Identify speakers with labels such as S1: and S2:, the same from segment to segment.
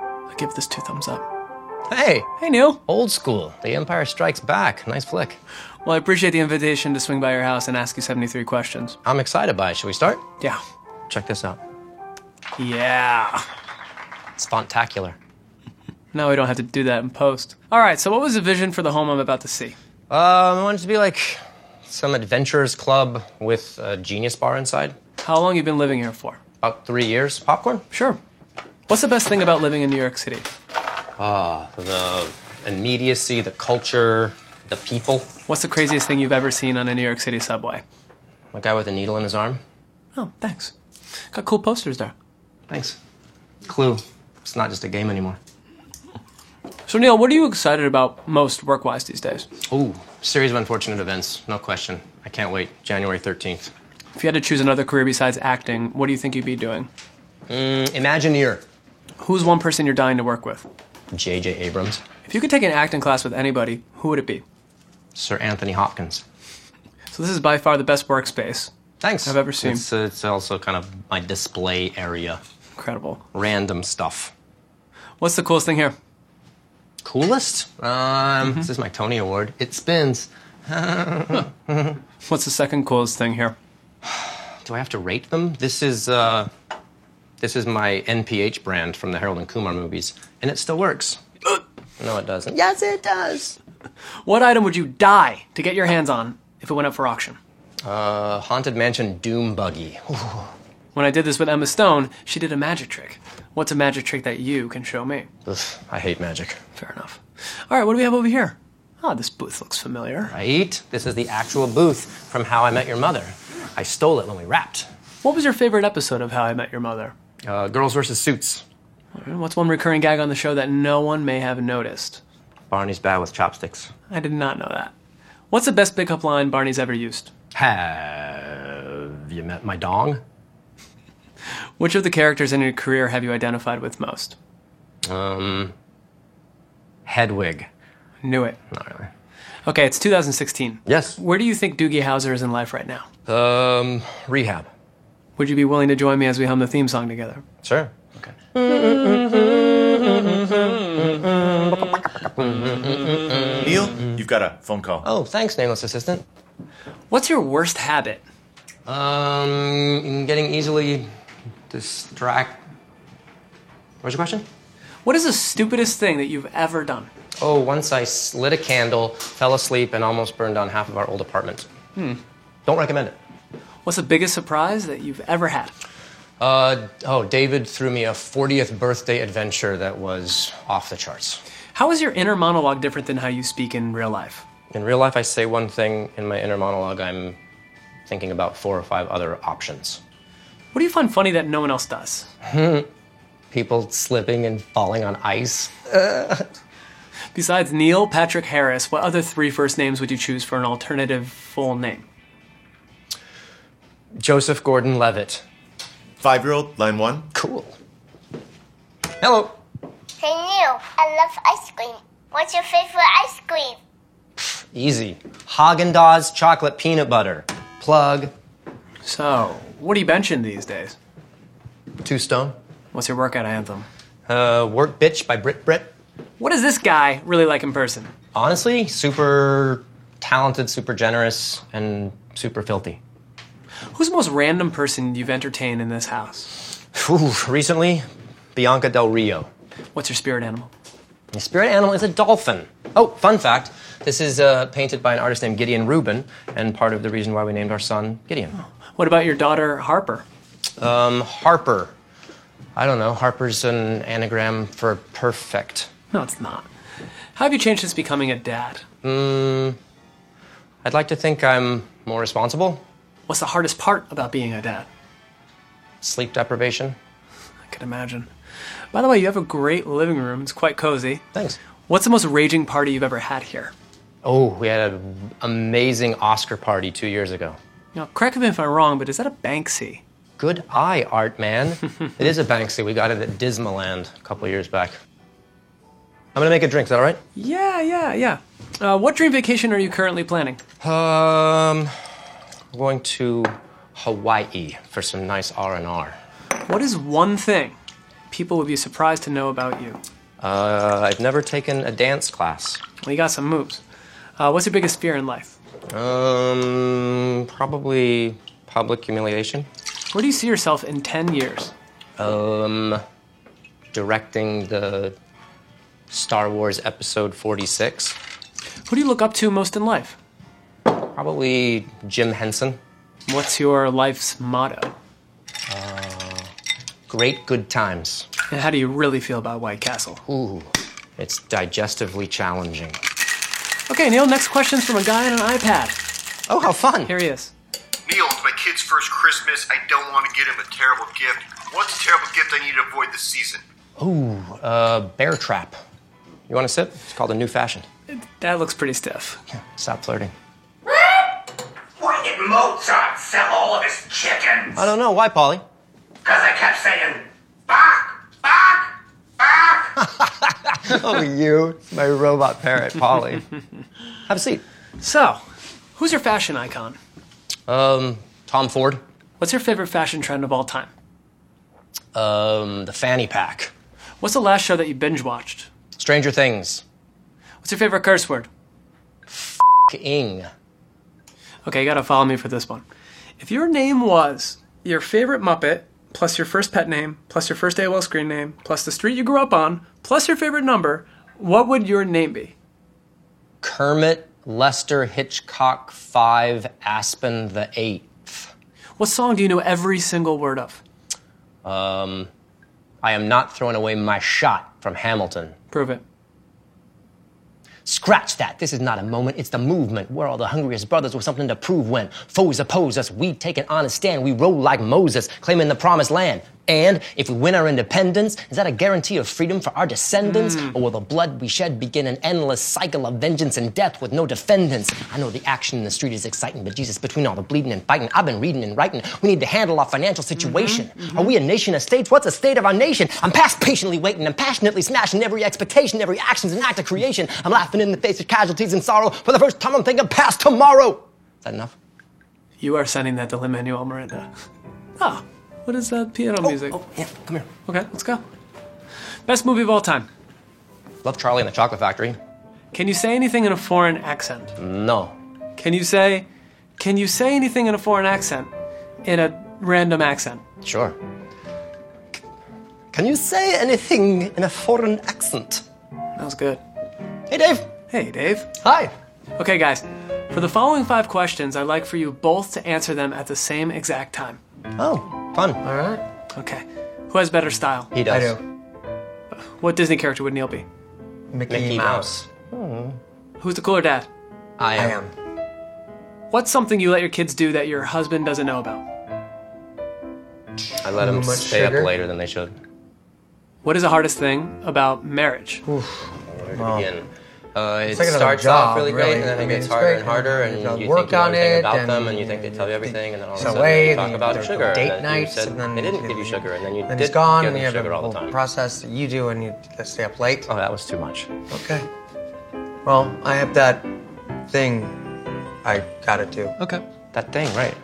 S1: I give this two thumbs up.
S2: Hey,
S1: Hey, Neil.
S2: old school. The Empire Strikes Back. Nice flick.
S1: Well, I appreciate the invitation to swing by your house and ask you 73 questions.
S2: I'm excited by it. Should we start?
S1: Yeah.
S2: Check this out.
S1: Yeah.
S2: It's fontacular.
S1: Now we don't have to do that in post. All right, so what was the vision for the home I'm about to see?
S2: Um, I wanted to be like some adventurers club with a genius bar inside.
S1: How long you been living here for?
S2: About three years. Popcorn?
S1: Sure. What's the best thing about living in New York City?
S2: The immediacy, the culture, the people.
S1: What's the craziest thing you've ever seen on a New York City subway?
S2: A guy with a needle in his arm.
S1: Oh, thanks. Got cool posters there.
S2: Thanks. Clue. It's not just a game anymore.
S1: So, Neil, what are you excited about most work wise these days?
S2: Ooh, series of unfortunate events. No question. I can't wait. January 13th.
S1: If you had to choose another career besides acting, what do you think you'd be doing?
S2: Imagineer.
S1: Who's one person you're dying to work with?
S2: J.J. Abrams.
S1: If you could take an acting class with anybody, who would it be?
S2: Sir Anthony Hopkins.
S1: So, this is by far the best workspace.
S2: Thanks.
S1: I've ever seen.
S2: It's, uh, it's also kind of my display area.
S1: Incredible.
S2: Random stuff.
S1: What's the coolest thing here?
S2: Coolest? Um, This is my Tony Award. It spins.
S1: What's the second coolest thing here?
S2: Do I have to rate them? This is uh, this is my NPH brand from the Harold and Kumar movies, and it still works. no, it doesn't. Yes, it does.
S1: What item would you die to get your hands on if it went up for auction?
S2: A haunted mansion doom buggy. Ooh,
S1: When I did this with Emma Stone, she did a magic trick. What's a magic trick that you can show me?
S2: ugh, I hate magic.
S1: Fair enough. All right, what do we have over here? Ah, this booth looks familiar.
S2: Right? This is the actual booth from How I Met Your Mother. I stole it when we wrapped.
S1: What was your favorite episode of How I Met Your Mother?
S2: Uh, girls versus suits.
S1: And What's one recurring gag on the show that no one may have noticed?
S2: Barney's bad with chopsticks.
S1: I did not know that. What's the best pickup line Barney's ever used?
S2: Have you met my dong?
S1: Which of the characters in your career have you identified with most?
S2: Hedwig.
S1: Knew it.
S2: Not really.
S1: Okay, it's 2016.
S2: Yes.
S1: Where do you think Doogie Howser is in life right now?
S2: Um, rehab.
S1: Would you be willing to join me as we hum the theme song together?
S2: Sure. Okay.
S3: Neil, you've got a phone call.
S2: Oh, thanks, nameless assistant.
S1: What's your worst habit?
S2: Um, getting easily distract. What's your question?
S1: What is the stupidest thing that you've ever done?
S2: Oh, once I s- lit a candle, fell asleep, and almost burned down half of our old apartment. Hmm. Don't recommend it.
S1: What's the biggest surprise that you've ever had?
S2: Uh, oh, David threw me a 40th birthday adventure that was off the charts.
S1: How is your inner monologue different than how you speak in real life?
S2: In real life, I say one thing. In my inner monologue, I'm thinking about four or five other options.
S1: What do you find funny that no one else does?
S2: People slipping and falling on ice.
S1: Besides Neil Patrick Harris, what other three first names would you choose for an alternative full name?
S2: Joseph Gordon Levitt.
S3: Five year old, line one.
S2: Cool. Hello.
S4: Hey Neil, I love ice cream. What's your favorite ice cream?
S2: Easy. Haagen Dazs chocolate peanut butter. Plug.
S1: So, what are you benching these days?
S2: Two Stone.
S1: What's your workout anthem?
S2: Uh, Work Bitch by Brit Brit.
S1: What is this guy really like in person?
S2: Honestly, super talented, super generous, and super filthy.
S1: Who's the most random person you've entertained in this house?
S2: Whew, recently, Bianca Del Rio.
S1: What's your spirit animal?
S2: The spirit animal is a dolphin. Oh, fun fact. This is uh, painted by an artist named Gideon Rubin, and part of the reason why we named our son Gideon. Um,
S1: What about your daughter Harper?
S2: Harper. I don't know. Harper's an anagram for perfect.
S1: No, it's not. How have you changed since becoming a dad?
S2: I'd like to think I'm more responsible.
S1: What's the hardest part about being a dad?
S2: Sleep deprivation.
S1: I could imagine. By the way, you have a great living room. It's quite cozy.
S2: Thanks.
S1: What's the most raging party you've ever had here?
S2: Oh, we had an amazing Oscar party two years ago.
S1: Now, correct me if I'm wrong, but is that a Banksy?
S2: Good eye, art man. it is a Banksy. We got it at Dismaland a couple years back. I'm gonna make a drink. Is that all right?
S1: Yeah, yeah, yeah. Uh, what dream vacation are you currently planning?
S2: Um, we're going to Hawaii for some nice R and R.
S1: What is one thing people would be surprised to know about you?
S2: Uh, I've never taken a dance class.
S1: Well, you got some moves. Uh, what's your biggest fear in life?
S2: Um, probably public humiliation.
S1: Where do you see yourself in 10 years?
S2: Um, directing the Star Wars Episode 46.
S1: Who do you look up to most in life?
S2: Probably Jim Henson.
S1: What's your life's motto?
S2: Great good times.
S1: And how do you really feel about White Castle?
S2: Ooh, it's digestively challenging.
S1: Okay, Neil, next question's from a guy on an iPad.
S2: Oh, how fun!
S1: Here he is.
S5: Neil, it's my kid's first Christmas. I don't want to get him a terrible gift. What's a terrible gift I need to avoid this season?
S2: Ooh, uh, bear trap. You want to sip? It's called a new fashion.
S1: That looks pretty stiff.
S2: Stop flirting.
S6: Why did Mozart sell all of his chickens?
S2: I don't know why, Polly.
S6: Because I kept saying, bark, bark, bark.
S2: Oh, you, my robot parrot, Polly. Have a seat.
S1: So, who's your fashion icon?
S2: Um, Tom Ford.
S1: What's your favorite fashion trend of all time?
S2: Um, the fanny pack.
S1: What's the last show that you binge watched?
S2: Stranger Things.
S1: What's your favorite curse word?
S2: King.
S1: Okay, you gotta follow me for this one. If your name was your favorite Muppet, plus your first pet name, plus your first AOL screen name, plus the street you grew up on, plus your favorite number, what would your name be?
S2: Kermit, Lester, Hitchcock, Five, Aspen, the Eighth.
S1: What song do you know every single word of?
S2: Um, I am not throwing away my shot from Hamilton.
S1: Prove it.
S2: Scratch that. This is not a moment, it's the movement. We're all the hungriest brothers with something to prove when foes oppose us. We take an honest stand. We roll like Moses, claiming the promised land. And if we win our independence, is that a guarantee of freedom for our descendants? Or will the blood we shed begin an endless cycle of vengeance and death with no defendants? I know the action in the street is exciting, but Jesus, between all the bleeding and fighting, I've been reading and writing. We need to handle our financial situation. Are we a nation of states? What's the state of our nation? I'm past patiently waiting. I'm passionately smashing every expectation, every action's an act of creation. I'm laughing in the face of casualties and sorrow. For the first time, I'm thinking past tomorrow. Is that enough?
S1: You are sending that to Lin Manuel Miranda. Ah, what is that piano music?
S2: Oh, yeah, come here.
S1: Okay, let's go. Best movie of all time.
S2: Love Charlie and the Chocolate Factory.
S1: Can you say anything in a foreign accent?
S2: No.
S1: Can you say, can you say anything in a foreign accent? In a random accent.
S2: Sure. C- Can you say anything in a foreign accent?
S1: That was good.
S2: Hey, Dave.
S1: Hey, Dave.
S2: Hi.
S1: Okay, guys. For the following five questions, I'd like for you both to answer them at the same exact time.
S2: Oh, fun. All right.
S1: Okay. Who has better style?
S2: He does.
S7: I do.
S1: What Disney character would Neil be?
S7: Mickey,
S2: Mickey Mouse.
S1: Who's the cooler dad?
S2: I
S7: I
S2: am.
S7: am.
S1: What's something you let your kids do that your husband doesn't know about?
S2: I let them
S7: Too much
S2: stay
S7: sugar?
S2: up later than they should.
S1: What is the hardest thing about marriage?
S2: Where to begin? Uh, it
S7: like another
S2: starts
S7: job,
S2: off really great,
S7: really.
S2: and then
S7: I
S2: it
S7: mean,
S2: gets
S7: it's
S2: harder
S7: great,
S2: and harder,
S7: and
S2: and
S7: you
S2: you
S7: gotta
S2: think you
S7: work
S2: know
S7: on
S2: everything
S7: it,
S2: about
S7: and
S2: them, and you think they tell you everything, and then all of a
S7: it's
S2: sudden
S7: away,
S2: you
S7: then
S2: talk
S7: you
S2: about
S7: go to
S2: sugar. and
S7: date
S2: then you
S7: nights,
S2: said
S7: and then
S2: they didn't
S7: you-
S2: give you sugar, and then you
S7: Then
S2: did
S7: it's gone.
S2: give
S7: and you
S2: them
S7: have
S2: sugar
S7: a
S2: all the
S7: whole
S2: time.
S7: process that you do, and you let's stay up late.
S2: Oh, that was too much.
S7: Okay. Well, I have that thing. I gotta do.
S2: Okay. That thing, right?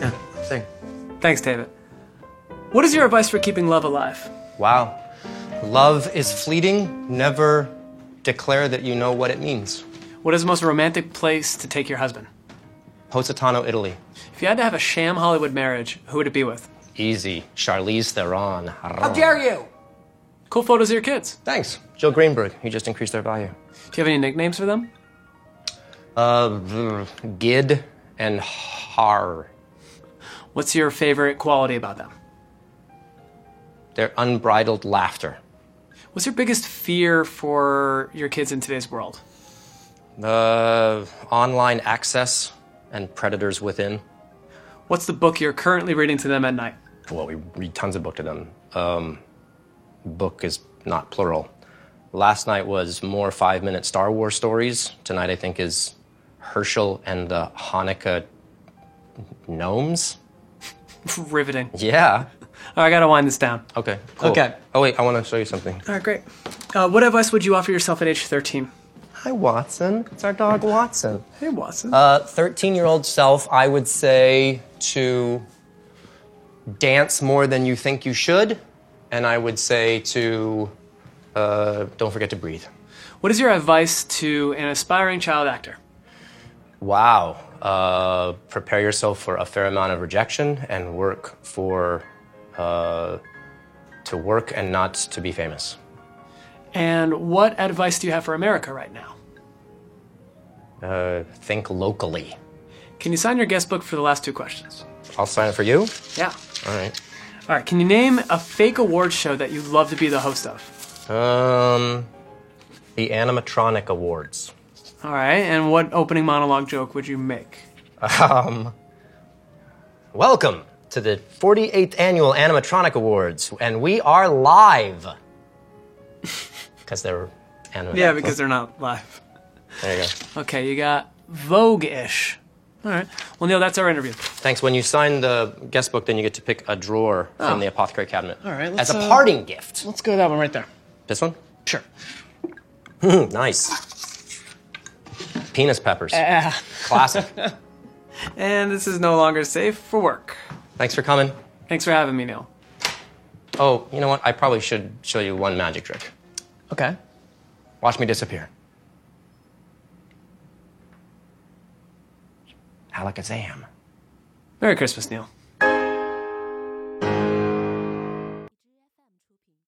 S7: Yeah, thing.
S1: Thanks, David. What is your advice for keeping love alive?
S2: Wow. Love is fleeting. Never declare that you know what it means.
S1: What is the most romantic place to take your husband?
S2: Positano, Italy.
S1: If you had to have a sham Hollywood marriage, who would it be with?
S2: Easy. Charlize Theron. How
S7: you?
S1: Cool photos of your kids.
S2: Thanks. Joe Greenberg. He just increased their value.
S1: Do you have any nicknames for them?
S2: Uh, mm, Gid and Har.
S1: What's your favorite quality about them?
S2: Their unbridled laughter.
S1: What's your biggest fear for your kids in today's world?
S2: Uh, online access and predators within.
S1: What's the book you're currently reading to them at night?
S2: Well, we read tons of book to them. Um, book is not plural. Last night was more five minute Star Wars stories. Tonight, I think, is Herschel and the Hanukkah gnomes.
S1: Riveting.
S2: Yeah.
S1: All right, I gotta wind this down.
S2: Okay. Cool.
S1: Okay.
S2: Oh wait, I want to show you something.
S1: All right, great. Uh, what advice would you offer yourself at age 13?
S2: Hi, Watson. It's our dog Watson.
S1: Hey, Watson.
S2: Uh, 13 year old self, I would say to dance more than you think you should. And I would say to Uh, don't forget to breathe.
S1: What is your advice to an aspiring child actor?
S2: Wow. Uh, prepare yourself for a fair amount of rejection and work for uh, to work and not to be famous.
S1: And what advice do you have for America right now?
S2: Uh, think locally.
S1: Can you sign your guest book for the last two questions?
S2: I'll sign it for you.
S1: Yeah.
S2: All right.
S1: All right. Can you name a fake award show that you'd love to be the host of?
S2: Um, the animatronic awards.
S1: All right. And what opening monologue joke would you make?
S2: Welcome to the 48th annual animatronic awards, and we are live because they're animatronic.
S1: Yeah, because they're not live.
S2: there you go.
S1: Okay, you got Vogue-ish. All right. Well, Neil, that's our interview.
S2: Thanks. When you sign the guest book, then you get to pick a drawer from the apothecary cabinet. All
S1: Oh. right,
S2: As
S1: let's,
S2: a
S1: uh,
S2: parting gift.
S1: Let's go to that one right there.
S2: This one?
S1: Sure.
S2: Nice. Penis
S1: Uh,
S2: peppers. Classic.
S1: And this is no longer safe for work.
S2: Thanks for coming.
S1: Thanks for having me, Neil.
S2: Oh, you know what? I probably should show you one magic trick.
S1: Okay.
S2: Watch me disappear. Alakazam.
S1: Merry Christmas, Neil.